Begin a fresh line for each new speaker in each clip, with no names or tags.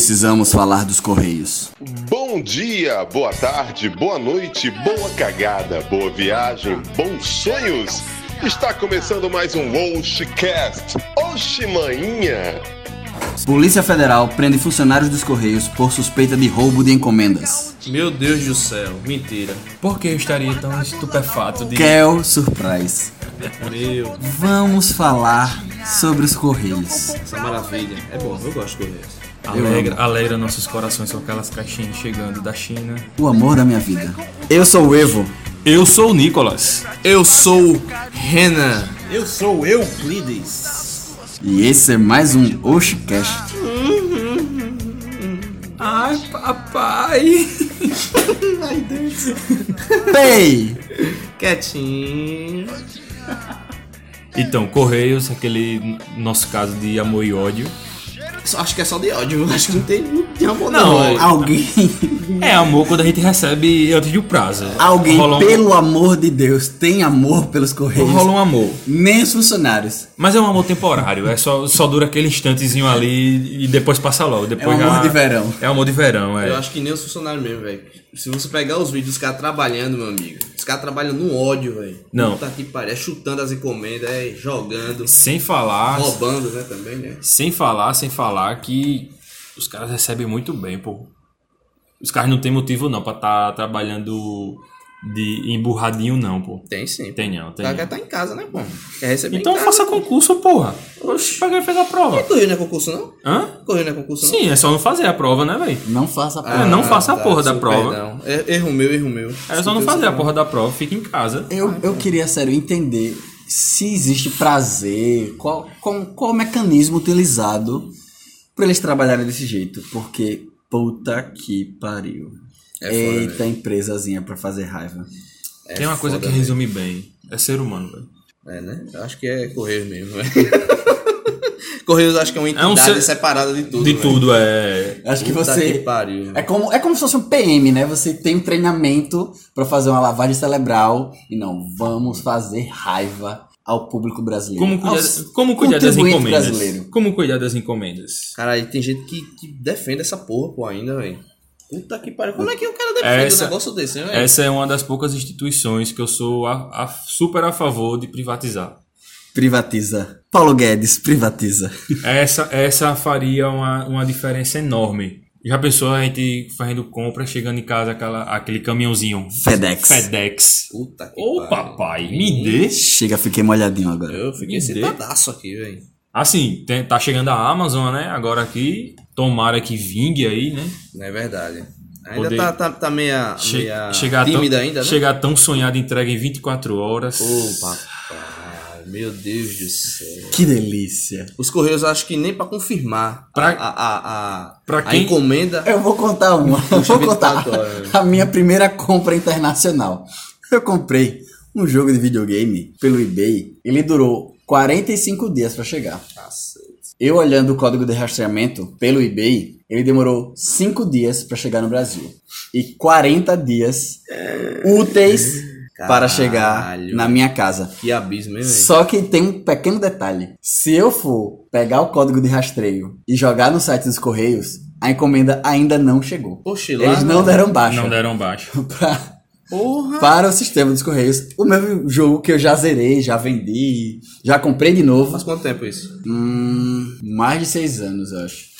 Precisamos falar dos Correios.
Bom dia, boa tarde, boa noite, boa cagada, boa viagem, bons sonhos. Está começando mais um Oshcast. Oximainha.
Polícia Federal prende funcionários dos Correios por suspeita de roubo de encomendas.
Meu Deus do céu, mentira. Por que eu estaria tão estupefato de.
Kel Surprise.
Meu,
Vamos falar sobre os Correios.
essa maravilha. É bom, eu gosto de correr.
Alegra, alegra nossos corações com aquelas caixinhas chegando da China.
O amor da minha vida. Eu sou o Evo.
Eu sou o Nicolas.
Eu sou Renan.
Eu sou Euclides.
E esse é mais um Oshcast.
Ai, papai.
Pei!
Quietinho.
Então, Correios, aquele nosso caso de amor e ódio.
Só- Acho que é só de ódio. Acho que não tem, não tem amor,
Não,
não. velho.
Alguém,
É amor quando a gente recebe antes do prazo.
alguém,
Rola um-
pelo amor de Deus, tem amor pelos Correios.
Rola um amor.
Nem os funcionários.
Mas é um amor temporário, é só, só dura aquele instantezinho ali e depois passa logo. Depois
É um
já-
amor de verão.
É amor de verão, é.
Eu acho que nem os funcionários mesmo, velho. Se você pegar os vídeos dos caras trabalhando, meu amigo, os caras trabalham no ódio, velho.
Não.
Puta que pariu. É chutando as encomendas, é jogando,
Sem falar.
roubando, né, também, né?
Sem falar, sem falar que os caras recebem muito bem, pô. Os caras não tem motivo não pra tá trabalhando de emburradinho não, pô.
Tem sim.
Tem não, tem
Tá,
não.
tá em casa, né, pô? Quer receber
Então
em casa.
faça concurso, porra.
Oxi.
Pra quem fez a prova.
Correio não é concurso, não?
Hã?
Correio não é concurso, não? Ah,
Sim, é só não fazer a prova, né, velho?
Não faça
É, não faça a porra da
sim,
prova.
perdão. É, Erro meu, erro meu.
É só não fazer a porra da prova, fica em casa.
Eu, eu queria, sério, entender se existe prazer, qual, qual, qual o mecanismo utilizado pra eles trabalharem desse jeito. Porque, puta que pariu.
É foda,
Eita empresazinha pra fazer raiva.
É
tem uma coisa
foda,
que resume bem. É ser humano, velho.
É, né? Eu acho que é Correios mesmo, velho. Correios acho que é uma entidade
um ser-
separada de tudo.
De
velho.
tudo, é...
Acho que
Puta
você.
que pariu. né?
é, como, é como se fosse um PM, né? Você tem um treinamento pra fazer uma lavagem cerebral e não, vamos fazer raiva ao público brasileiro.
Como cuidar,
Aos
como cuidar das
contribuinte
encomendas?
brasileiro.
Como cuidar das encomendas?
Caralho, tem gente que, que defende essa porra, pô, ainda, velho. Puta que pariu. Como é que o cara defende
Essa-
um negócio desse, né, velho?
Essa é uma das poucas instituições que eu sou a- a- super a favor de privatizar.
Privatiza. Paulo Guedes, privatiza.
Essa, essa faria uma, uma diferença enorme. Já pensou a gente fazendo compra, chegando em casa, aquela, aquele caminhãozinho
FedEx.
FedEx.
Puta que
Ô papai, me dê.
Chega, fiquei molhadinho agora.
Eu fiquei
Me
sentadaço aqui, velho.
Assim, tem- tá chegando a Amazon, né? Agora aqui, tomara que vingue aí, né?
Não é verdade. Ainda
Poder-
tá, tá, tá meia,
Che-
meia
chegar tão,
tímida ainda, né?
Chegar tão sonhada entrega em 24 horas.
Ô, papai, meu Deus do céu.
Que delícia.
Os Correios acho que nem pra confirmar
Pra-
a, a, a,
pra
a
quem- É.
encomenda.
Eu vou contar uma. Eu tá vou contar
24 horas.
a minha primeira compra internacional. Eu comprei um jogo de videogame pelo eBay. Ele durou 45 dias pra chegar. Eu olhando o código de rastreamento pelo eBay, ele demorou 5 dias pra chegar no Brasil e 40 dias úteis para
Caralho.
chegar na minha casa.
Que abismo, hein,
é.
velho?
Só que tem um pequeno detalhe. Se eu for pegar o código de rastreio e jogar no site dos Correios, a encomenda ainda não chegou.
Oxe, lá
Eles não
na-
deram baixa
Não deram baixo.
pra-
Porra!
para o sistema dos Correios. O meu jogo que eu já zerei, já vendi, já comprei de novo.
Faz quanto tempo isso?
Hum, mais de seis anos, eu acho.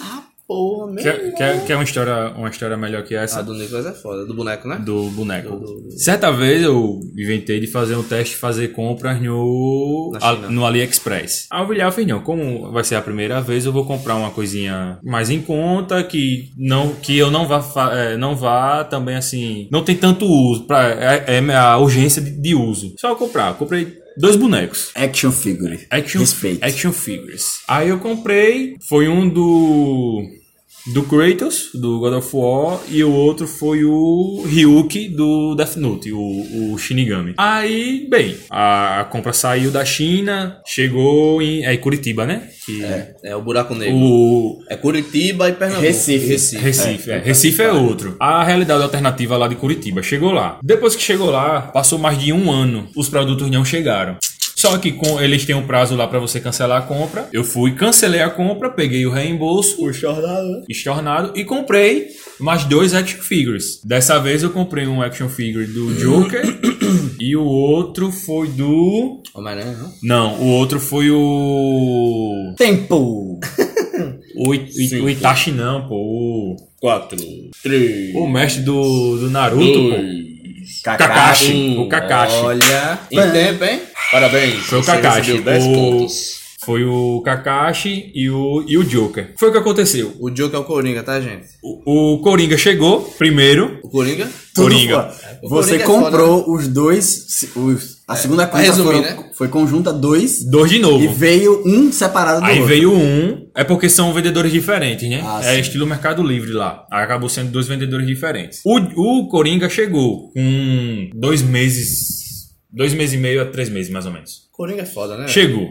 Porra, meu
Quer, quer, quer uma, história, uma história melhor que essa?
A do Nicolas é foda, do boneco, né?
do boneco. Certa vez eu inventei de fazer um teste, fazer compras no,
Na
a-
China.
no AliExpress. Aí eu olhei, eu falei, não, como vai ser a primeira vez, eu vou comprar uma coisinha mais em conta, que não que eu não vá, fa- eh, não vá também assim, não tem tanto uso, pra, é, é a urgência de, de uso. Só eu comprar, comprei dois bonecos.
Action figure.
Action,
Respeito.
action figures. Aí eu comprei, foi um do do Kratos, do God of War, e o outro foi o Ryuki do Death Note, o, o Shinigami. Aí, bem, a, a compra saiu da China, chegou em, é, em Curitiba, né? Que
É o buraco negro.
o
É Curitiba e Pernambuco.
Recife.
Recife, é. Recife é outro. A realidade alternativa lá de Curitiba chegou lá. Depois que chegou lá, passou mais de um ano, os produtos não chegaram. Só que com, eles têm um prazo lá pra você cancelar a compra. Eu fui, cancelei a compra, peguei o reembolso. O estornado. Estornado e comprei mais dois action figures. Dessa vez eu comprei um action figure do Joker e o outro foi do.
Homem-Aranha, não?
Não, o outro foi o.
Tempo!
O, It- It- o Itachi, não, pô. O,
4, 3,
o mestre do, do Naruto, pô.
2.
Kakashi.
Hum,
o Kakashi.
Olha. Em tempo, hein?
Parabéns.
Foi o
você
Kakashi,
recebeu 10
o-
pontos.
Foi o Kakashi e o, e o Joker. Foi o que aconteceu.
O Joker é o Coringa, tá, gente?
O, o Coringa chegou primeiro.
O Coringa?
Tudo
Coringa.
fo-
O
Você
Coringa é
comprou os dois. se- os- a segunda compra
resumir,
foram-
né?
foi conjunta dois
Dois de novo.
e veio um separado do
Aí
outro.
veio um. É porque são vendedores diferentes, né?
Ah,
é
sim.
estilo Mercado Livre lá. Aí acabou sendo dois vendedores diferentes. O, o Coringa chegou com dois meses. Dois meses e meio a três meses, mais ou menos.
Coringa é foda, né? velho?
Chegou.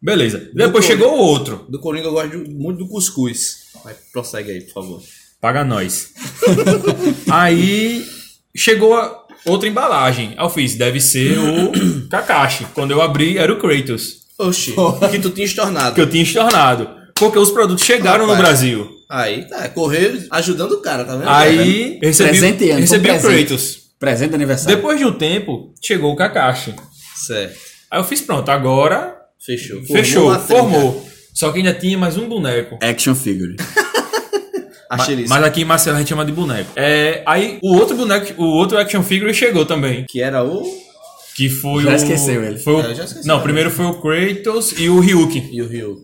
Beleza. Depois
Coringa.
chegou o outro.
Do Coringa eu gosto de- muito do cuscuz. Mas prossegue aí, por favor.
Paga nós. Aí chegou a outra embalagem. Aí eu fiz, deve ser o Kakashi. Quando eu abri, era o Kratos.
Oxi, que tu tinha estornado.
Que eu tinha estornado. Porque os produtos chegaram no
Rapaz.
Brasil.
Aí, tá, correr ajudando o cara, tá vendo?
Aí recebi,
um
Presenteando,
recebi
com
o
presente.
Kratos.
Presente de aniversário.
Depois de um tempo, chegou o Kakashi.
Certo.
Aí eu fiz, pronto, agora
Fechou.
fechou,
uma trinca.
formou. Só que ainda tinha mais um boneco.
Action figure.
Achei isso.
Mas aqui em Marcelo a gente chama de boneco. É, aí o outro boneco, o outro action figure chegou também.
Que era o.
Que foi
Já
o.
esqueceu ele.
Foi o-
É, já esqueci.
não, primeiro foi o Kratos e o Ryuk.
E o Rio.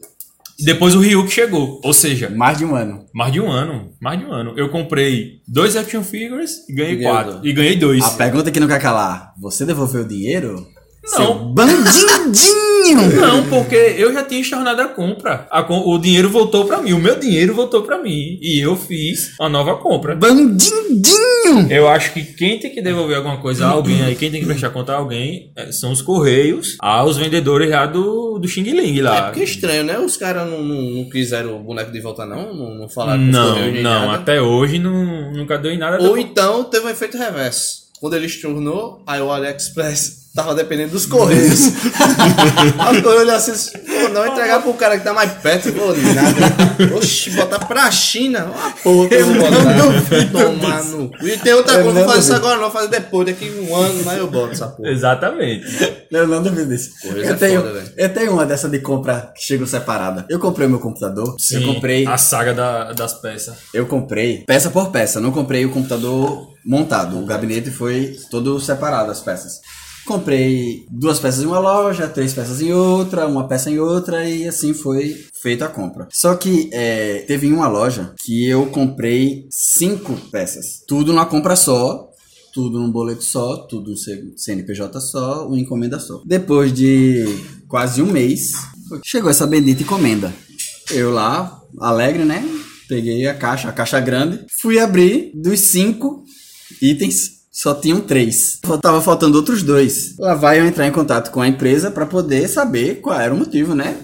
Depois o Ryuk chegou. Ou seja,
Mais de um ano.
mais de um ano. Mais de um ano. Eu comprei dois action figures e ganhei
E ganhou
quatro.
dois.
E ganhei dois.
A pergunta que não quer calar. Você devolveu o dinheiro?
Não.
Seu bandidinho!
Não, porque eu já tinha estornado a compra. A com- o dinheiro voltou pra mim. O meu dinheiro voltou pra mim. E eu fiz a nova compra.
bandidinho!
Eu acho que quem tem que devolver alguma coisa a alguém aí, quem tem que prestar conta a alguém, é, são os correios aos vendedores lá do, do Xing Ling
É
lá.
porque é estranho, né? Os caras não, não, não quiseram o boneco de volta, não? Não, não falaram com os
Não,
correios nem
não,
nada.
até hoje não, nunca deu em nada.
Ou então teve um efeito reverso. Quando ele estornou, aí o AliExpress tava dependendo dos correios. Aí o correio olhou assim, pô, não entregar pro cara que tá mais perto, pô, de nada. Oxi, botar pra China, uma porra, eu vou botar. Tomar no cu. E tem outra
Eu
coisa,
não
não faz isso
duvido.
agora, não, faz depois, daqui um ano, mas eu boto essa porra.
Exatamente.
Eu não duvido disso.
Coisa
Eu tenho,
foda, velho.
eu tenho uma dessa de compra que chegou separada. Eu comprei meu computador.
Sim,
Eu comprei.
A saga da- das peças.
Eu comprei peça por peça, não comprei o computador montado. O gabinete foi todo separado as peças. Comprei duas peças em uma loja, três peças em outra, uma peça em outra e assim foi feita a compra. Só que é, teve em uma loja que eu comprei cinco peças, tudo numa compra só, tudo num boleto só, tudo um C- CNPJ só, uma encomenda só. Depois de quase um mês, chegou essa bendita encomenda. Eu lá, alegre, né? Peguei a caixa, a caixa grande, fui abrir dos cinco itens. Só tinham três. Só Tava faltando outros dois. Lá vai eu entrar em contato com a empresa para poder saber qual era o motivo, né?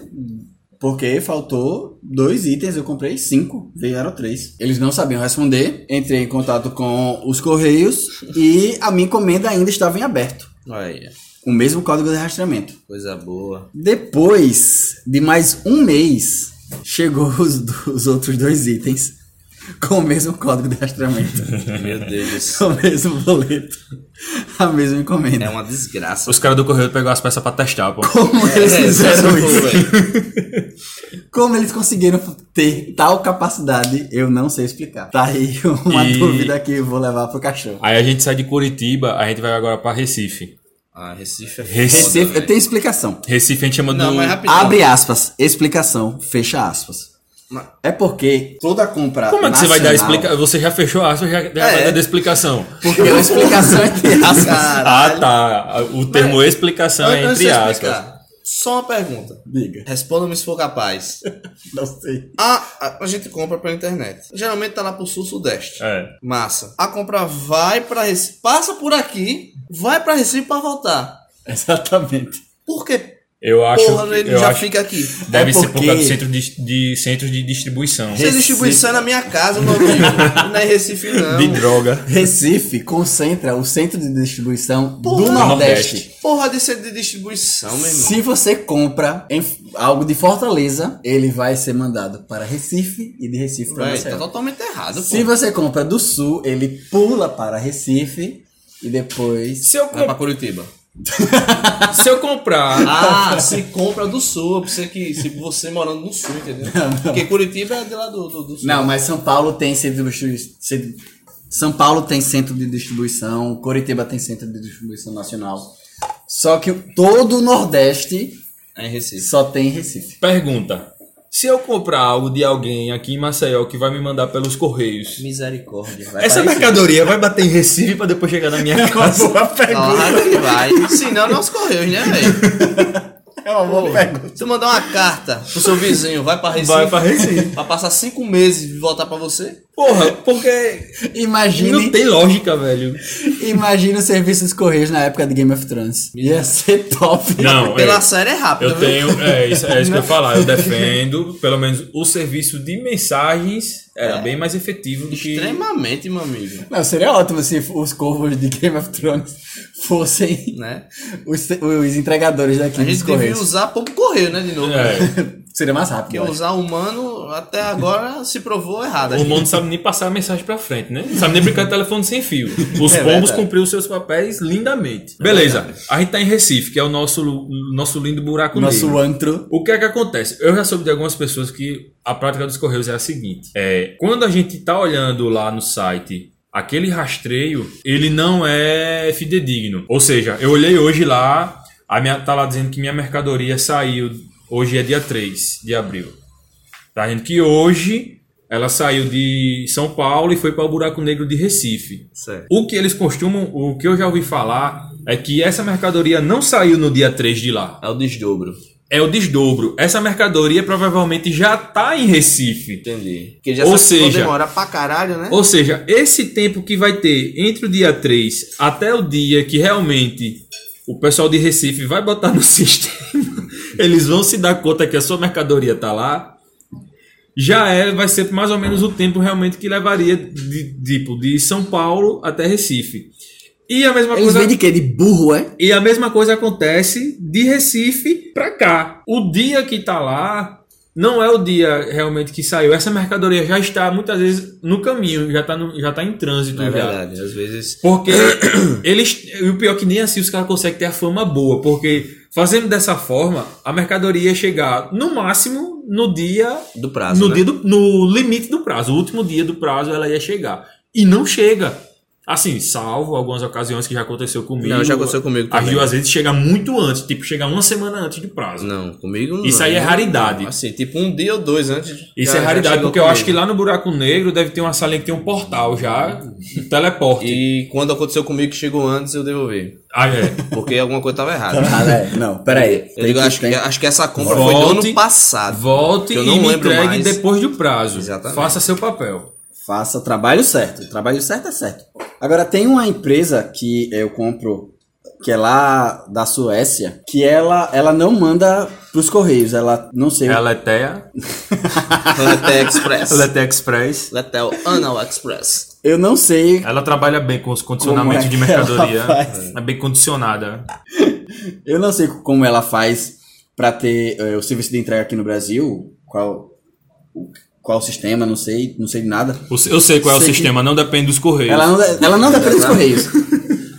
Porque faltou dois itens, eu comprei cinco, vieram três. Eles não sabiam responder, entrei em contato com os correios e a minha encomenda ainda estava em aberto.
Olha,
O mesmo código de rastreamento.
coisa boa.
Depois de mais um mês, chegou os, do- os outros dois itens com o mesmo código de rastreamento,
Meu Deus do céu.
com o mesmo boleto, a mesma encomenda.
É uma desgraça.
Os caras do correio pegaram as peças pra testar, pô.
Como eles
É,
fizeram
essa foi,
isso?
velho.
Como eles conseguiram ter tal capacidade, eu não sei explicar. Tá aí uma
E-
dúvida que eu vou levar pro cachorro.
Aí a gente sai de Curitiba, a gente vai agora pra Recife.
Ah, Recife é
Recife-
foda,
Recife,
velho.
tem explicação.
Recife a gente chama
Não,
do.
mas rapidinho.
Abre aspas, explicação, fecha aspas.
Mas-
É porque toda compra.
Como é que você vai dar
nacional-
explicação? Você já fechou a aspa, já, já vai
É.
dar da explicação.
Porque a explicação entre aspas.
Ah, tá. O termo explicação é
Antes
entre
de você
aspas.
explicar, Só uma pergunta.
Diga.
Responda-me se for capaz.
Não sei.
A, a, a gente compra pela internet. Geralmente tá lá pro sul-sudeste.
É.
Massa. A compra vai pra Recife. Passa por aqui, vai pra Recife pra voltar.
Exatamente.
Por quê?
Eu acho.
Porra, ele
eu
já
acho-
fica aqui.
Deve
É
ser por
porque-
causa do centro de, de, centro de distribuição.
Sem distribuição é na minha casa, meu amigo. Não é em Recife, não.
De droga.
Recife concentra o centro de distribuição
Porra.
do
Do
Nordeste.
Porra de centro de distribuição, meu irmão.
Se você compra em f- algo de Fortaleza, ele vai ser mandado para Recife e de Recife para
Véi, tá
Maceió.
totalmente errado,
Se
pô.
você compra do Sul, ele pula para Recife e depois.
Se eu,
Vai pra
com-
Curitiba.
se eu comprar.
Ah, se compra do sul, eu pensei que se você morando no sul, entendeu? Porque Curitiba é de lá do, do, do sul.
Não, mas São Paulo tem centro de distribuição. São Paulo tem centro de distribuição, Coritiba tem centro de distribuição nacional. Só que todo o Nordeste
É em Recife.
só tem Recife.
Pergunta. Se eu comprar algo de alguém aqui em Maceió que vai me mandar pelos correios.
Misericórdia. Vai
Essa
pra Recife.
mercadoria vai bater em Recife pra depois chegar na minha casa?
Claro que Ah, vai. Senão não os correios, né, velho? É uma boa pergunta. Tu mandar uma carta pro seu vizinho, vai pra Recife.
Vai pra Recife.
Pra passar cinco meses e voltar pra você?
Porra, porque não
Imagine,
tem lógica, velho.
imagine o serviço dos Correios na época de Game of Thrones. Ia ser top.
Não,
Pela
é,
série é rápido,
eu
viu?
tenho, é isso, é isso que eu ia falar. Eu defendo, pelo menos o serviço de mensagens era bem mais efetivo do que
É. Extremamente, meu amigo.
Não, seria ótimo se os corvos de Game of Thrones fossem
Né?
os, os entregadores daqui
A
dos
gente devia
Correios.
usar pouco correio, né, de novo.
É,
Seria mais rápido.
Porque
eu acho.
usar humano até agora se provou errado.
o mundo não sabe nem passar a mensagem pra frente, né? Não sabe nem brincar de telefone sem fio. Os
É
pombos
verdade. É
cumpriram seus papéis lindamente. Beleza, a gente tá em Recife, que é o nosso, o nosso lindo buraco negro.
Nosso antro.
O que é que acontece? Eu já soube de algumas pessoas que a prática dos correios é a seguinte: é, quando a gente tá olhando lá no site. Aquele rastreio, ele não é fidedigno. Ou seja, eu olhei hoje lá, a minha, tá lá dizendo que minha mercadoria saiu. Hoje é dia 3 de abril. Tá vendo que hoje ela saiu de São Paulo e foi para o Buraco Negro de Recife.
Certo.
O que eles costumam, o que eu já ouvi falar, é que essa mercadoria não saiu no dia 3 de lá
É o desdobro.
é o desdobro. Essa mercadoria provavelmente já tá em Recife.
Entendi. Porque já
Ou
sabe que
seja-
vai demorar pra caralho, né?
Ou seja, esse tempo que vai ter entre o dia 3 até o dia que realmente o pessoal de Recife vai botar no sistema, eles vão se dar conta que a sua mercadoria tá lá. Já é, vai ser mais ou menos o tempo realmente que levaria de, tipo, de São Paulo até Recife. E a mesma
Eles
coisa
vêm de quê? De burro, é?
E a mesma coisa acontece de Recife pra cá. O dia que tá lá não é o dia realmente que saiu. Essa mercadoria já está muitas vezes no caminho, já tá, no- já tá em trânsito.
É
já.
verdade. Às vezes.
Porque eles. E o pior é que nem assim os caras conseguem ter a fama boa. Porque fazendo dessa forma, a mercadoria ia chegar no máximo no dia.
Do prazo.
no,
né?
dia do- no limite do prazo. O último dia do prazo ela ia chegar. E não chega. Assim, salvo algumas ocasiões que já aconteceu comigo.
Não, já aconteceu comigo
A
também.
Rio às vezes chega muito antes, tipo, chega uma semana antes do prazo.
Não, comigo não.
Isso aí é raridade.
Assim, tipo um dia ou dois antes.
Isso
já-
é
já
raridade,
chegou
porque eu acho que
comigo.
lá no Buraco Negro deve ter uma salinha que tem um portal já, um teleporte.
E quando aconteceu comigo que chegou antes, eu devolvi.
Ah, é.
Porque alguma coisa tava errada.
Ah, né? Não, peraí.
Eu digo, acho, que, é- acho que essa compra foi do
Volte-
ano passado.
Volte
Ah, que eu
e
não
me
lembro
entregue
mais.
depois do prazo.
Exatamente.
Faça seu papel.
Faça o trabalho certo. O trabalho certo é certo. Agora, tem uma empresa que eu compro, que é lá da Suécia, que ela, ela não manda pros correios. Ela, não sei.
Ela é Letea,
Letel Express.
Letea Express.
Letel Anal Express.
Eu não sei.
Ela trabalha bem com os condicionamentos
Como é
de
que
mercadoria.
ela faz?
É bem condicionada.
Eu não sei como ela faz pra ter eh, o serviço de entrega aqui no Brasil. Qual. o- Qual sistema, não sei, não sei de nada.
Eu sei- Eu sei qual é o
Sei que-
sistema, não depende dos correios.
Ela não, ela não depende dos correios.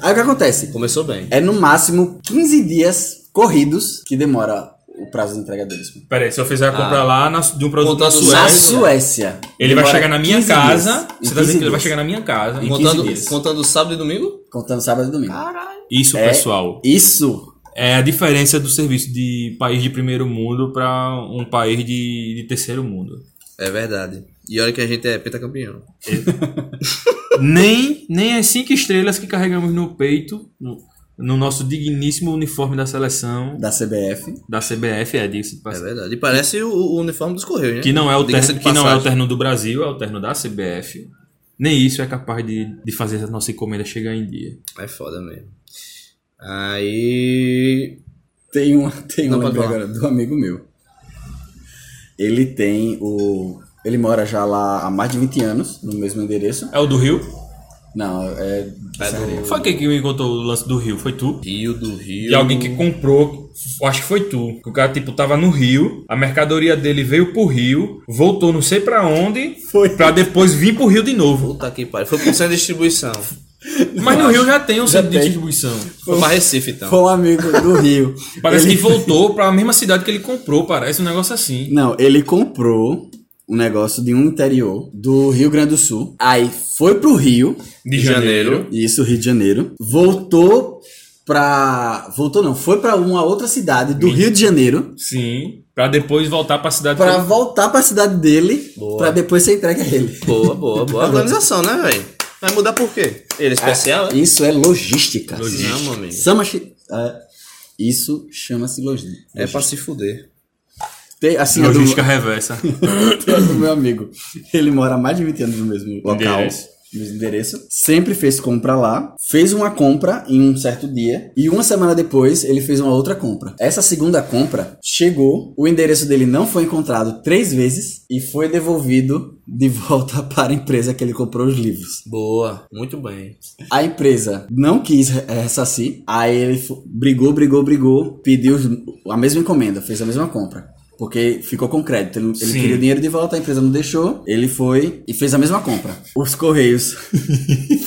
Aí o que acontece?
Começou bem.
É no máximo 15 dias corridos que demora o prazo de entrega deles.
Pera aí, se eu fizer a compra
Ah.
lá na- de um produto da
Contrato
Na
Suécia.
Suécia.
Ele vai
demora
chegar na minha
15
casa.
dias.
Você
Em
tá
15
dizendo que ele vai
dias.
chegar na minha casa.
Em 15 dias.
Contando, contando sábado e domingo?
Contando sábado e domingo.
Caralho.
Isso,
É.
pessoal,
Isso.
é a diferença do serviço de país de primeiro mundo para um país de, de terceiro mundo.
É verdade. E olha que a gente é pentacampeão.
nem, nem as cinco estrelas que carregamos no peito, no, no nosso digníssimo uniforme da seleção
Da CBF.
da CBF, é disso. de
É
passagem.
verdade. E parece o, o uniforme dos Correios, né?
Que não é o
Diga-se
terno,
de
que não é o
passagem.
terno do Brasil, é o terno da CBF. Nem isso é capaz de, de fazer a nossa encomenda chegar em dia.
É foda mesmo. Aí.
Tem um, tem um
Não, pode
lembrei
falar.
agora do amigo meu. Ele tem o. Ele mora já lá há mais de 20 anos, no mesmo endereço.
É o do Rio?
Não, é. Serrinha.
Foi quem que me contou o lance do Rio? Foi tu?
Rio do Rio.
E alguém que comprou, eu acho que foi tu. Que o cara, tipo, tava no Rio, a mercadoria dele veio pro Rio, voltou não sei pra onde,
Foi.
pra depois vir pro Rio de novo.
Puta que pariu. Foi pro centro de distribuição.
Mas no Rio já tem um
Já
centro de
tem.
distribuição.
Foi pra Recife, então.
Foi um amigo do Rio.
Parece
ele,
que voltou pra mesma cidade que ele comprou, parece um negócio assim.
Não, ele comprou um negócio de um interior do Rio Grande do Sul. Aí foi pro Rio,
De
Janeiro.
isso, Rio de Janeiro. Voltou pra. Voltou não, foi pra uma outra cidade do Rio de Janeiro.
Sim. Pra depois voltar pra cidade
Pra
que
voltar pra cidade dele, pra depois ser entregue a ele.
Boa, boa, boa. Organização, né, velho? Vai mudar por quê? Ele é especial, né?
Isso é logística.
Não, meu amigo.
Chama ah, isso chama-se logística.
É pra se fuder.
Tem, assim, é
ele-
do,
Logística reversa.
é do meu amigo. Ele mora há mais de 20 anos no mesmo local.
Endereço.
no Mesmo endereço. Sempre fez compra lá. Fez uma compra em um certo dia. E uma semana depois, ele fez uma outra compra. Essa segunda compra chegou. O endereço dele não foi encontrado três vezes. E foi devolvido de volta para a empresa que ele comprou os livros.
Boa. Muito bem.
A empresa não quis re- eh, ressarcir, aí ele fo- brigou, brigou, brigou, pediu os- a mesma encomenda, fez a mesma compra. Porque ficou com crédito, ele, ele
Sim.
queria o dinheiro de volta, a empresa não deixou, ele foi e fez a mesma compra. Os correios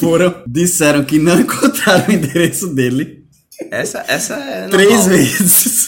foram, disseram que não encontraram o endereço dele
Essa, essa é normal.
três vezes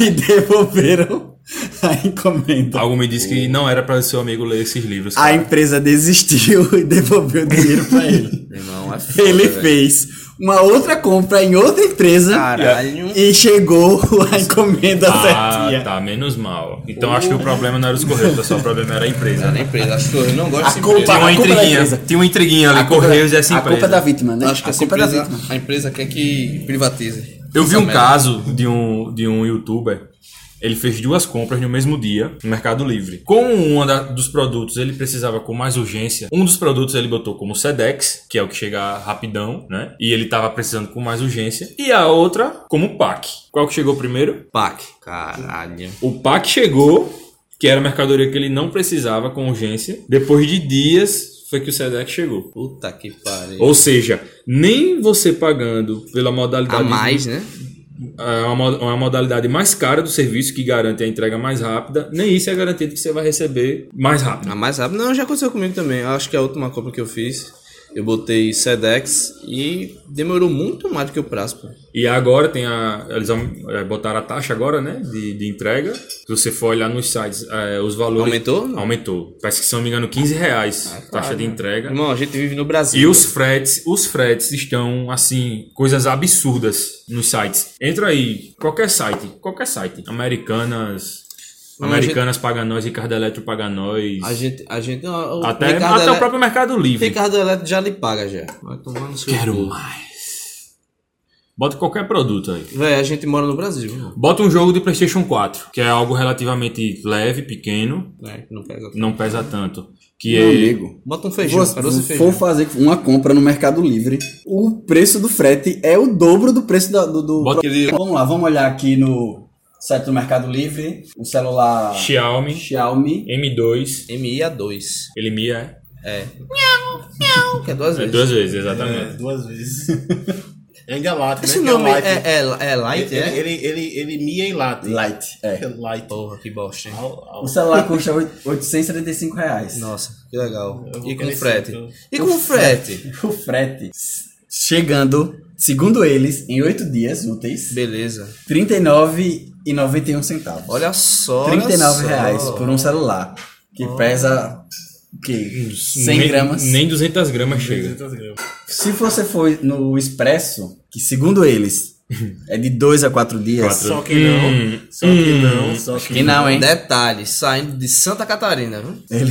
e devolveram a encomenda.
Algo me disse que não era pra seu amigo ler esses livros.
A
cara.
empresa desistiu e devolveu o dinheiro pra ele.
Meu irmão, é foda,
Ele
velho.
fez uma outra compra em outra empresa.
Caralho.
E chegou a encomenda
Ah,
certinha.
tá, menos mal. Então acho que o problema não era os correios, pessoal, o problema era a empresa,
Na
né?
empresa. Acho que eu não gosto
A
de
culpa-
Tinha uma
empresa.
A culpa da
intriguinha,
empresa.
tinha uma intriguinha ali, correios e essa
a culpa é
empresa.
da vítima, né?
Acho
a
que essa
culpa é da
empresa,
vítima.
a empresa quer que privatize.
Eu vi
Essa
um
merda.
caso de um, de um youtuber. Ele fez duas compras no mesmo dia no Mercado Livre. Com um da- dos produtos ele precisava com mais urgência. Um dos produtos ele botou como Sedex, que é o que chega rapidão, né? E ele tava precisando com mais urgência. E a outra como PAC. Qual que chegou primeiro? PAC.
Caralho.
O PAC chegou, que era a mercadoria que ele não precisava com urgência. Depois de dias foi que o Sedex chegou.
Puta que pariu.
Ou seja, nem você pagando pela
a
modalidade
mais, né?
é uma, mo- uma modalidade mais cara do serviço que garante a entrega mais rápida, nem isso é garantido que você vai receber mais rápido.
A mais rápida. Não, já aconteceu comigo também. Eu Acho que é a última compra que eu fiz, eu botei Sedex e demorou muito mais do que o prazo, pô.
E agora tem a. Eles aum- eh, botaram a taxa agora, né? De, de entrega. Se você for olhar nos sites, eh, os valores.
Aumentou? Ah, é
Aumentou. Parece que, se não me engano, 15 reais taxa
né?
de entrega.
Irmão, a gente vive no Brasil.
E
pô.
os fretes, os fretes estão assim, coisas absurdas nos sites. Entra aí, qualquer site, qualquer site. Americanas.
Mas
Americanas paga nós, Ricardo Eletro paga nós.
A gente. A gente ó, o
Até,
Ricardo
até o
Ele-
próprio Mercado Livre.
Ricardo Eletro já lhe paga já. Vai tomar no seu. cu.
mais. Bota qualquer produto aí.
Véi, a gente mora no Brasil, irmão.
Bota um jogo de PlayStation 4, que é algo relativamente leve, pequeno,
É, não pega.
não pesa tanto. Que
Meu
é.
amigo.
Bota um feijão,
vou-
caroço e feijão.
for fazer uma compra no Mercado Livre, o preço do frete é o dobro do preço da- do. do-
Bota
Aquele-
Vamos lá, vamos olhar aqui no site do Mercado Livre, o celular
Xiaomi
Xiaomi.
M2,
MIA2.
ele mia
Que é duas
é
vezes.
duas vezes,
É,
exatamente.
duas vezes. Ainda late, né?
Esse
Que é
nome
light.
é, é, é Light,
Ele,
é?
ele, ele, ele mia em late.
Light. É.
É light.
Porra, que bosta, hein?
Au, au.
O celular custa oito- 875 reais.
Nossa, que legal.
Eu vou
E com
querer
frete.
ser, então.
E com frete.
O frete chegando, segundo eles, em 8 dias úteis.
Beleza.
R$ 39,91 centavos.
Olha só.
R$
olha
39
só.
reais por um celular que pesa o quê? 100
nem,
gramas.
Nem 200 gramas chega.
300 gramas.
Se você for no Expresso, que segundo eles é de 2 a 4 dias.
Só que não.
Hum,
Só que não. Só
Que
que não.
não, hein?
Detalhe, saindo de Santa Catarina, viu?
Ele,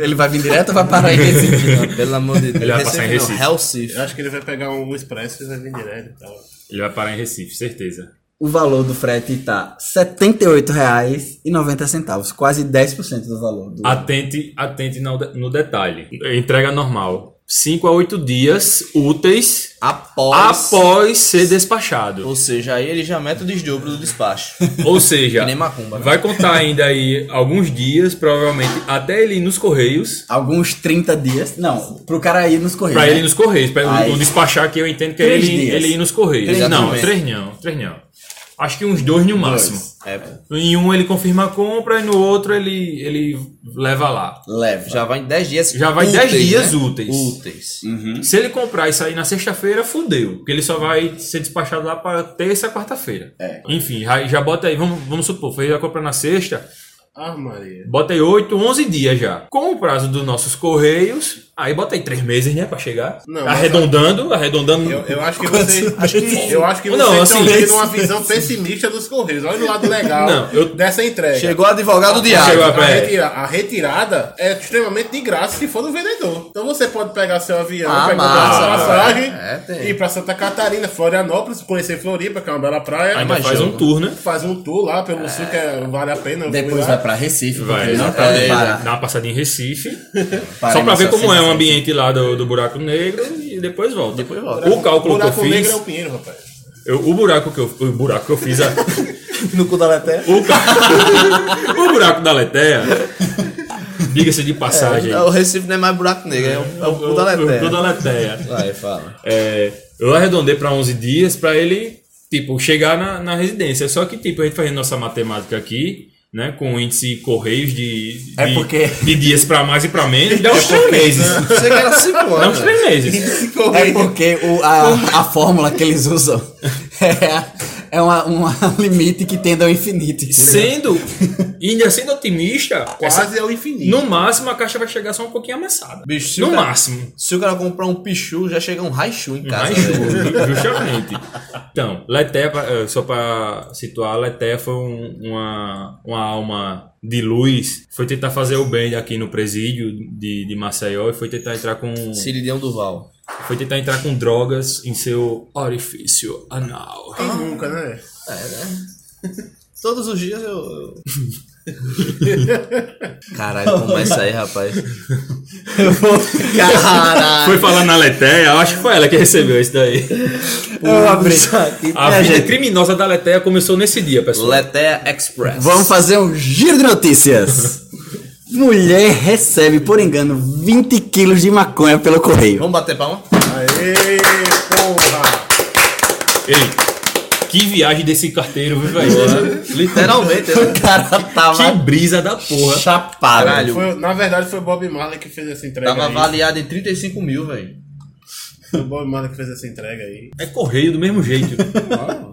ele vai vir direto ou vai parar em Recife?
Não, Pelo amor de Deus.
Ele vai passar em
Recife não,
Recife.
Recife.
Eu acho que ele vai pegar um expresso e vai vir direto e tal.
ele vai parar em Recife, certeza.
O valor do frete tá R$ 78,90, quase 10% do valor do
Ah. Atente, atente no, de- no detalhe. Entrega normal. 5 a 8 dias úteis
Após.
após ser despachado.
Ou seja, aí ele já mete o desdobro do despacho.
Ou seja,
Que nem macumba, né?
vai contar ainda aí alguns dias, provavelmente até ele ir nos correios.
Alguns 30 dias. Não, pro cara ir nos correios.
Pra
né?
ele ir nos correios. Pra
Aí.
o despachar que eu entendo que é
Três
ele,
dias.
ele ir nos correios.
Três
não,
dias.
três não, três não. Acho que uns dois no máximo.
É, pô.
Em um ele confirma a compra e no outro ele, ele leva lá.
Leva.
já vai em 10 dias. né?
Já vai em 10 dias úteis.
Úteis.
Se ele comprar e sair na sexta-feira, fudeu. Porque ele só vai ser despachado lá para terça, quarta-feira.
É.
Enfim, já, já bota aí, vamos, vamos supor, fez a compra na sexta,
Ah, Maria.
bota aí 8, 11 dias já. Com o prazo dos nossos correios, aí bota aí 3 meses, né, pra chegar.
Não, mas-
arredondando, arredondando.
Eu, eu acho que você. Acho que, eu acho que
Não,
vocês estão
assim-
tendo uma visão pessimista dos Correios. Olha o lado legal
Não, eu-
dessa entrega.
Chegou o advogado do
Chegou
diabo.
a-
A,
É.
retira- a retirada é extremamente de graça se for do vendedor. Então você pode pegar seu avião,
Ah,
pegar
massa.
uma passagem,
É, tem.
ir pra Santa Catarina, Florianópolis, conhecer Floripa, que é uma bela praia.
ainda
Mas
faz um tour, né?
faz um tour lá pelo sul, que é- vale a pena. eu fui
Depois
lá.
vai pra Recife.
Vai,
porque não
pra-
É,
pode parar.
dá uma passadinha em Recife.
Para
só pra ver
nessa
como é o
sensação.
ambiente lá do, do buraco negro e depois volta. Depois
Buraco-
O cálculo
buraco
que eu
negro
fiz.
é o pinheiro, rapaz.
eu- o buraco que eu. O buraco que eu fiz. a-
No cu da letéia.
o, ca- o buraco da Letéia. Diga-se de passagem.
O Recife não é mais buraco negro, é o, é o cu da
O cu
letéia.
da Letéia.
Vai, fala.
É, eu arredondei pra 11 dias pra ele, tipo, chegar na, na residência. Só que, tipo, a gente fazendo nossa matemática aqui, né, com o índice Correios de, de,
É porque-
de dias pra mais e pra menos, dá uns 3 meses.
Você quer se pôr,
Dá uns 3 meses.
É porque o- a, a fórmula que eles usam é, a- é uma, uma limite que tende ao infinito. entendeu?
Sendo, e ainda sendo otimista,
Quase
essa-
é o infinito.
no máximo a caixa vai chegar só um pouquinho amassada.
Bicho, se
no
o cara-
máximo.
Se o cara comprar um pichu, já chega um raichu em casa. né?
Mais
velho.
ju- justamente. Então, Leté, pra- eh, só para situar, Leté foi um- uma, uma alma de luz, foi tentar fazer o bem aqui no presídio de, de Maceió e foi tentar entrar com
Siridião Duval.
foi tentar entrar com drogas em seu orifício anal.
Quem nunca, né?
Todos os dias eu. eu- Caralho, começa aí, rapaz. Caralho.
Foi falar na Letéia, acho que foi ela que recebeu isso daí.
Eu abri.
A
Minha
vida
É, gente,
criminosa da Letéia começou nesse dia, pessoal.
Letéia Express.
Vamos fazer um giro de notícias. Mulher recebe, por engano, 20 quilos de maconha pelo correio.
Vamos bater palma?
Aê, porra!
Ei, que viagem desse carteiro, viu, velho?
Literalmente, né?
O cara
Que
tava
brisa da porra.
chapado.
Caralho.
tá Foi- um na verdade foi o Bob Marley que fez essa entrega
Tava
aí.
avaliado em 35 mil, velho.
Foi o Bob Marley que fez essa entrega aí.
É correio do mesmo jeito.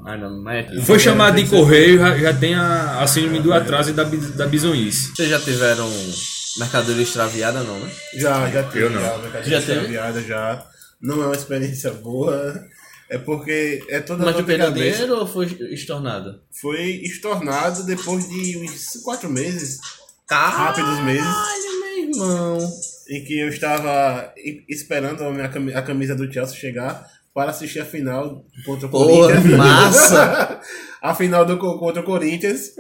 Ah, não, mas é-
Foi chamado de correio, já, já tem a, a síndrome
É.
do atraso e da, bis- da bizonhice.
Vocês já tiveram mercadoria extraviada, não, né?
Já, já teve.
Eu não.
Já, mercadinho
Já
de
teve?
Viada, já. Não é uma experiência boa. É porque é toda
Mas
dor
tu
de
perdeu
cabeça.
dinheiro ou foi estornado?
Foi estornado depois de uns quatro meses,
Caralho,
rápidos meses,
meu irmão.
em que eu estava e- esperando a, minha cami- a camisa do Chelsea chegar para assistir a final contra o
Porra,
Corinthians.
massa!
a final do, co- contra o Corinthians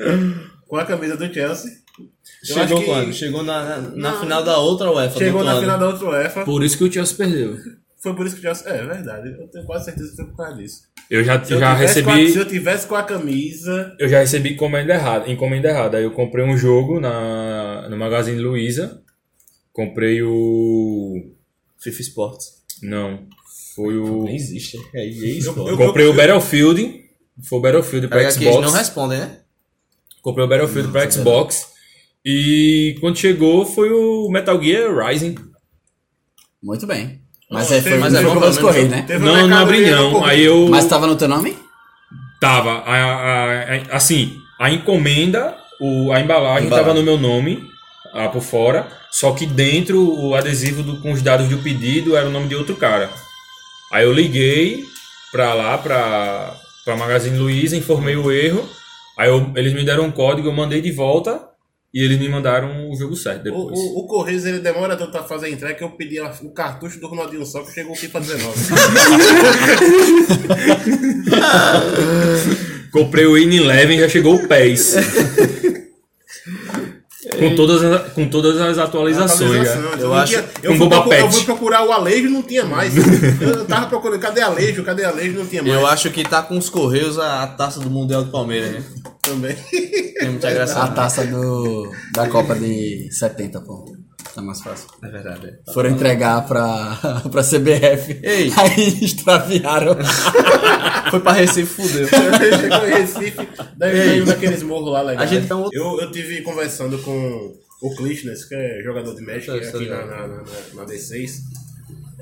com a camisa do Chelsea.
Tá
Eu acho
Chegou
que
quando? Chegou na, na, na final da outra UEFA.
Chegou
do outro
na
ano.
final da outra UEFA.
Por isso que o Chelsea perdeu.
Foi por isso que o Chelsea... É, é verdade. Eu tenho quase certeza que foi por causa disso.
Eu já,
Se eu
já
tivesse com a-
recebi.
se eu tivesse com a camisa.
Eu já recebi encomenda errada, encomenda errada. Aí eu comprei um jogo na, no Magazine Luiza. Comprei o.
FIFA Sports.
Não. Foi o.
Nem existe. É EA Sports.
eu-
comprei o Battlefield. Foi o Battlefield pra
Pega aqui, eles
Xbox.
não respondem, né?
Comprei o Battlefield pra Xbox. E quando chegou foi o Metal Gear Rising.
Muito bem. Mas é, foi
Teve- um
mas
mas é
é
bom,
jogou
pelo
pelos
menos
correios, né?
teve uma
Não, não abri
mercadoria no
não.
correio.
Aí eu.
Mas tava no teu nome?
Tava. A, a- a- assim, a encomenda, o, a embalagem
Embalagem.
estava no meu nome, lá por fora. Só que dentro, o adesivo do- com os dados do pedido era o nome de outro cara. Aí eu liguei pra lá, pra, pra Magazine Luiza, informei o erro. Aí eu- eles me deram um código, eu mandei de volta. E eles me mandaram o jogo certo
O,
depois.
o, o Correios ele demora tanto a fazer a entrega que eu pedi a- o cartucho do Ronaldinho só que chegou aqui pra 19.
Comprei o In Eleven e já chegou o PES. Com todas as, com todas as atualizações.
Atualização,
é.
né?
eu
Não
acho.
tinha-
eu,
com
fui
Boba
procu- eu fui
Pet.
procurar o Alejo e não tinha mais. eu tava procurando, cadê Alejo? Cadê Alejo? Não tinha mais
Eu acho que tá com os Correios a, a taça do Mundial do Palmeiras, né?
também.
Tem muita graça.
A
não.
taça do, da Copa de 70, pô. Tá mais fácil.
É verdade. é.
Foram entregar pra, pra CBF.
Ei.
Aí extraviaram.
Foi pra Recife, fudeu.
Chegou em Recife, daí veio naqueles morros lá legal.
A gente tá um-
eu, eu tive conversando com o Klitschness, que é jogador de Magic
Tá, tá
aqui na,
ligado.
na, na, na D6.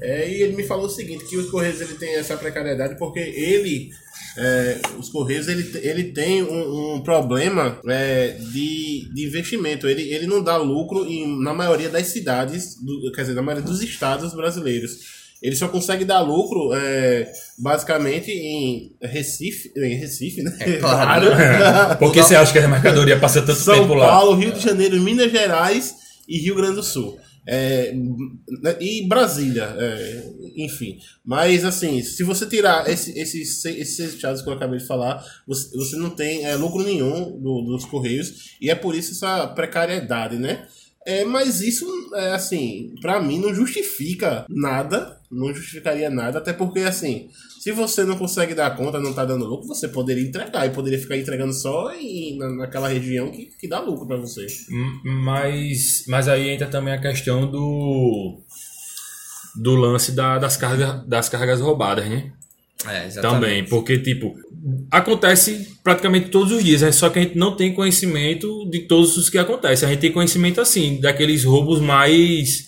É, e ele me falou o seguinte, que os Correios ele tem essa precariedade porque ele, é, os Correios, ele, te- ele tem um, um problema é, de, de investimento. Ele, ele não dá lucro em, na maioria das cidades, do- quer dizer, na maioria dos estados brasileiros. Ele só consegue dar lucro é, basicamente em Recife, em Recife, né?
claro.
Por que você acha que a mercadoria passa tanto
São
tempo lá?
Paulo, Rio de Janeiro, Minas Gerais e Rio Grande do Sul. É, né, e Brasília, é, enfim. Mas, assim, se você tirar esse- esses se- esses seis estados que eu acabei de falar, você, você não tem é, lucro nenhum do- dos Correios e é por isso essa precariedade, né? É, mas isso, é, assim, pra mim não justifica nada, não justificaria nada, até porque, assim, se você não consegue dar conta, não tá dando lucro, você poderia entregar e poderia ficar entregando só em, na- naquela região que, que dá lucro pra você.
M- Mas, mas aí entra também a questão do. Do lance da- das, cargas, das cargas roubadas, né?
É, exatamente.
Também, porque, tipo, acontece praticamente todos os dias, né? só que a gente não tem conhecimento de todos os que acontecem. A gente tem conhecimento, assim, daqueles roubos mais,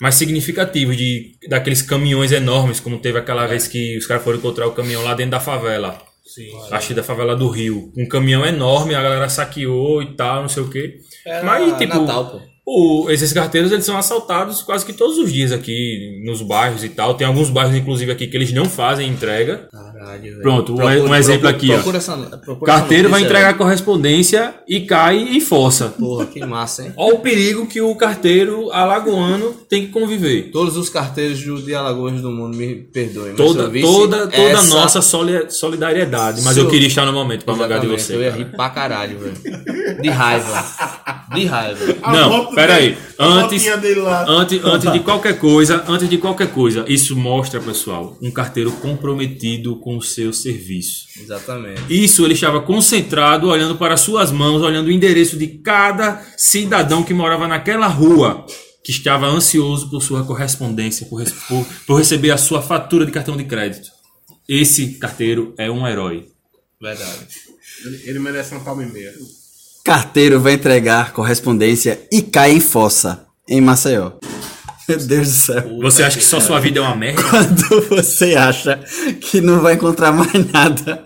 mais significativos, de, daqueles caminhões enormes, como teve aquela vez que os caras foram encontrar o caminhão lá dentro da favela.
Sim.
Acho que da favela do Rio. Um caminhão enorme, a galera saqueou e tal, não sei o quê.
É, Era
Mas, tipo,
Natal, pô.
O- esses carteiros eles são assaltados quase que todos os dias aqui nos bairros e tal. Tem alguns bairros, inclusive, aqui que eles não fazem entrega.
Caralho, velho.
Pronto, um- um exemplo aqui, ó.
procura Essa, procura
Carteiro
essa
vai
notícia,
entregar
velho.
correspondência e cai em força.
Porra, que massa, hein?
Olha o perigo que o carteiro alagoano tem que conviver.
Todos os carteiros do- de Alagoas do mundo me perdoem. mas se
Toda,
eu visse
toda, toda
essa-
nossa soli- solidariedade. Mas
Seu-
eu queria estar no momento pra pagar de
Exatamente, Eu
você.
ia
cara.
rir pra caralho, velho. De raiva. De raiva.
A
Não,
foto
pera
dele-
aí.
a
Antes-
fotinha dele lá.
Antes, antes de qualquer coisa, antes de qualquer coisa, isso mostra, pessoal, um carteiro comprometido com o seu serviço.
Exatamente.
Isso, ele estava concentrado, olhando para suas mãos, olhando o endereço de cada cidadão que morava naquela rua, que estava ansioso por sua correspondência, por, rece- por- por receber a sua fatura de cartão de crédito. Esse carteiro é um herói.
Verdade.
Ele, ele merece uma palma e meia.
Carteiro vai entregar correspondência e cai em fossa, em Maceió. Meu Deus do céu.
Você acha que só sua vida é uma merda?
Quando você acha que não vai encontrar mais nada,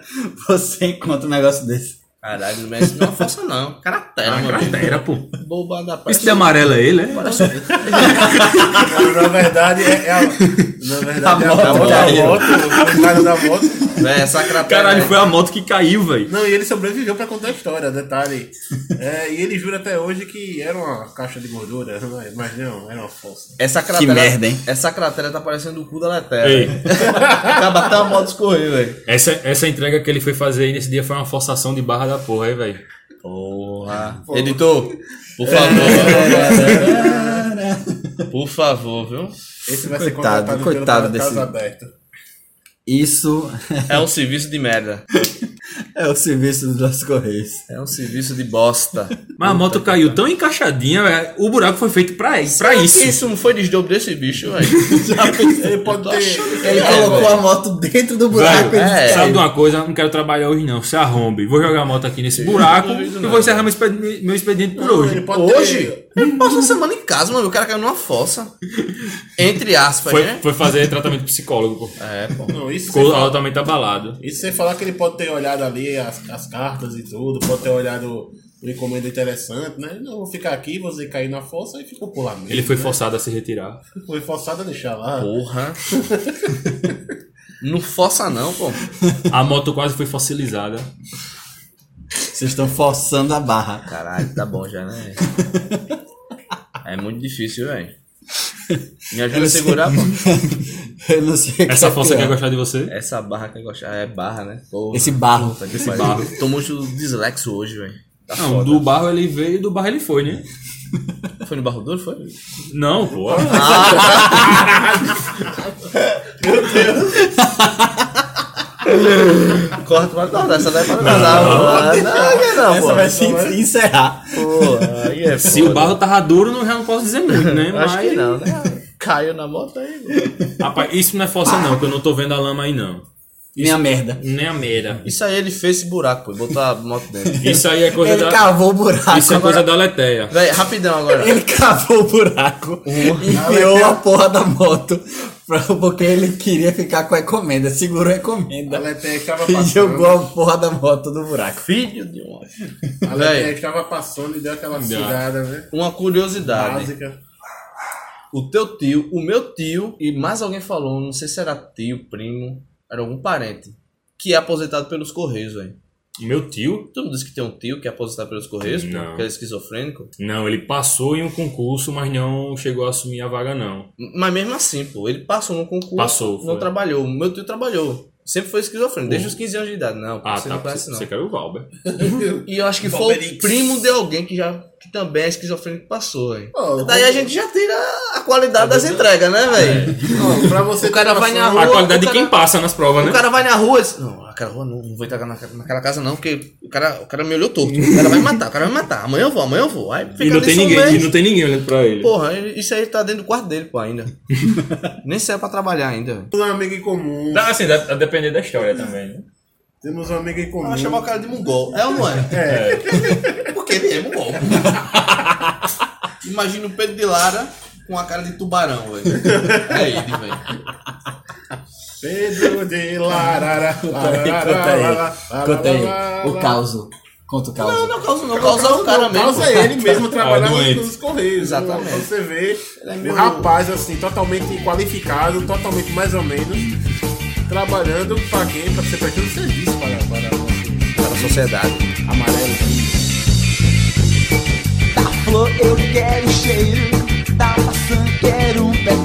você encontra um negócio desse.
Caralho, não merece não força, não.
Ah,
Cratera, mano.
Era, pô.
Boba da parte.
É Esse de amarelo é ele, né?
Na verdade, é, é a. Na verdade, é a
moto
moto, é
caiu.
a moto, o cara da moto.
Véi, essa cratera.
Caralho,
aí.
foi a moto que caiu, velho.
Não, e ele sobreviveu pra contar a história, detalhe. É, e ele jura até hoje que era uma caixa de gordura, mas- mas não, era uma falsa.
Essa cratera.
merda, hein?
Essa cratera tá parecendo o cu da Letéria.
Ei.
velho. Acaba até a moto escorrer, velho.
Essa, essa entrega que ele foi fazer aí nesse dia foi uma forçação de barra da porra, aí, velho.
Porra. Editor, por favor. por favor, viu?
Esse vai ser
Coitado,
contratado
coitado
pelo
desse-
Casa Aberta.
Isso
É um serviço de merda.
é o serviço dos nossos correios.
É um serviço de bosta.
Mas a moto caiu tão encaixadinha, véi, o buraco foi feito pra, pra
Será que
isso.
isso não foi desdobro desse bicho, velho.
Ele pode ter.
Ele
É,
colocou
velho.
a moto dentro do buraco.
Velho,
e
é.
Sabe de uma coisa? Não quero trabalhar hoje não. Se arrombe. Vou jogar a moto aqui nesse buraco
não
e
duvido
vou
não.
encerrar meu expediente, meu expediente por hoje.
Ele pode ter.
Hoje? Ele passou a semana em casa, mano. O cara caiu numa fossa. Entre aspas,
Foi,
né?
foi fazer tratamento psicólogo, pô.
É, pô.
Não, isso
Ficou
sem,
altamente abalado.
isso sem falar que ele pode ter olhado ali as, as cartas e tudo, pode ter olhado uma encomenda interessante, né? Não, vou ficar aqui, você cair na força e ficou por lá mesmo.
Ele foi forçado a se retirar.
Foi forçado a deixar lá.
Porra. Não força não, pô.
A moto quase foi fossilizada.
Vocês estão forçando a barra.
Caralho, tá bom já, né? É muito difícil, velho. Me
Eu
ajuda
não
a
sei.
segurar, pô.
Eu não sei o que
Essa
é
força
pior.
quer gostar de você?
Essa barra que eu gostava é barra, né? Porra.
Esse barro.
Puta que pariu.
barro.
Tô muito dislexo hoje, velho. Tá
Não,
foda.
do barro ele veio e do barro ele foi, né?
Foi no Barro Duro, foi?
Não, pô.
Corta pra não, essa daí é pra casar. Não, não, não,
Essa
pô.
vai se se encerrar.
Pô, aí é
Se o
foda.
barro tava duro, não, já não posso dizer muito, né?
Acho
Mas-
que não, né? Caiu na moto aí, mano.
Rapaz, isso não é força não, que eu não tô vendo a lama aí não.
Minha merda.
Nem a meira.
Isso aí é ele fez esse buraco, pô. Botou a moto dentro.
Isso aí é coisa
Ele
da.
tá
cavou o buraco.
Isso é coisa da Leteia.
Véi, rapidão agora.
Ele cavou o buraco e enfiou a porra da moto pra- porque ele queria ficar com a encomenda. Segurou a encomenda.
Aleteia que tava
E
passando.
jogou a porra da moto no buraco.
Filho de um uma.
A Aleteia que tava passando e deu aquela sugada, né?
Uma curiosidade.
Básica.
O teu tio, o meu tio e mais alguém falou, não sei se era tio, primo, era algum parente, que é aposentado pelos Correios, velho.
Meu tio?
Tu não disse que tem um tio que é aposentado pelos Correios, pô,
Não.
que é esquizofrênico?
Não, ele passou em um concurso, mas não chegou a assumir a vaga, não.
Mas mesmo assim, pô, ele passou no concurso,
Passou,
não
foi.
trabalhou. O meu tio trabalhou. Sempre foi esquizofrênico, desde
Uhum.
os 15 anos de idade. Não, pô,
Ah,
você
tá.
não conhece,
Você,
não.
você quer o Valber.
E eu acho que foi o primo de alguém que já que também é esquizofrênico que passou, velho.
Ó,
Daí a gente já tira a qualidade das entregas, né,
É.
velho?
ó, pra você
O cara
ter
vai na
noção,
A
rua-
qualidade
o
de quem
cara-
passa nas provas,
O
né?
cara vai na rua e diz, não, aquela rua não, não vou entrar na, naquela casa não, porque o cara, o cara me olhou torto. O cara vai me matar, o cara vai me matar. Amanhã eu vou, amanhã eu vou. Aí fica
E não
ali
tem
só um
ninguém, né?
mês.
e não tem ninguém olhando pra ele.
Porra, isso aí tá dentro do quarto dele, pô, ainda. Nem serve pra trabalhar ainda, velho.
Temos um amigo em comum.
Tá, assim, dá- a depender da história também, né?
Temos um amigo em comum.
Vai chamar o cara de mongol. É ou não é? Porque ele é mongol. Imagina o Pedro de Lara com a cara de tubarão, velho. É ele, velho.
Pedro de Larara.
Peraí, conta aí. Conta aí. O
Carlos.
caos. Conta o caos.
Não causa não, causa o cara mesmo.
Causa ele mesmo trabalhar
doente.
nos correios.
Exatamente. é
Então, Você vê um
meio-
rapaz assim, totalmente qualificado, totalmente mais ou menos, trabalhando pra quem? Pra ser prestando serviço para, para o
Para a sociedade.
nosso amarelo.
Da flor eu Tá quero o cheiro, da maçã quero um pedaço. um é é